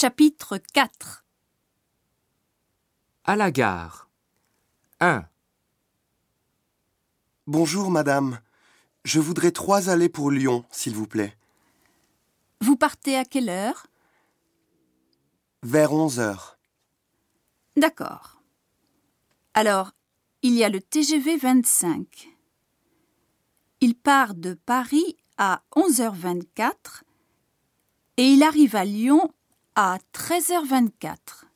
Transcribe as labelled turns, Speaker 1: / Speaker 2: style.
Speaker 1: Chapitre 4
Speaker 2: À la gare. 1,
Speaker 3: Bonjour, madame. Je voudrais trois allées pour Lyon, s'il vous plaît.
Speaker 1: Vous partez à quelle heure
Speaker 3: Vers 11 heures.
Speaker 1: D'accord. Alors, il y a le TGV 25. Il part de Paris à 11h24 et il arrive à Lyon à 13h24.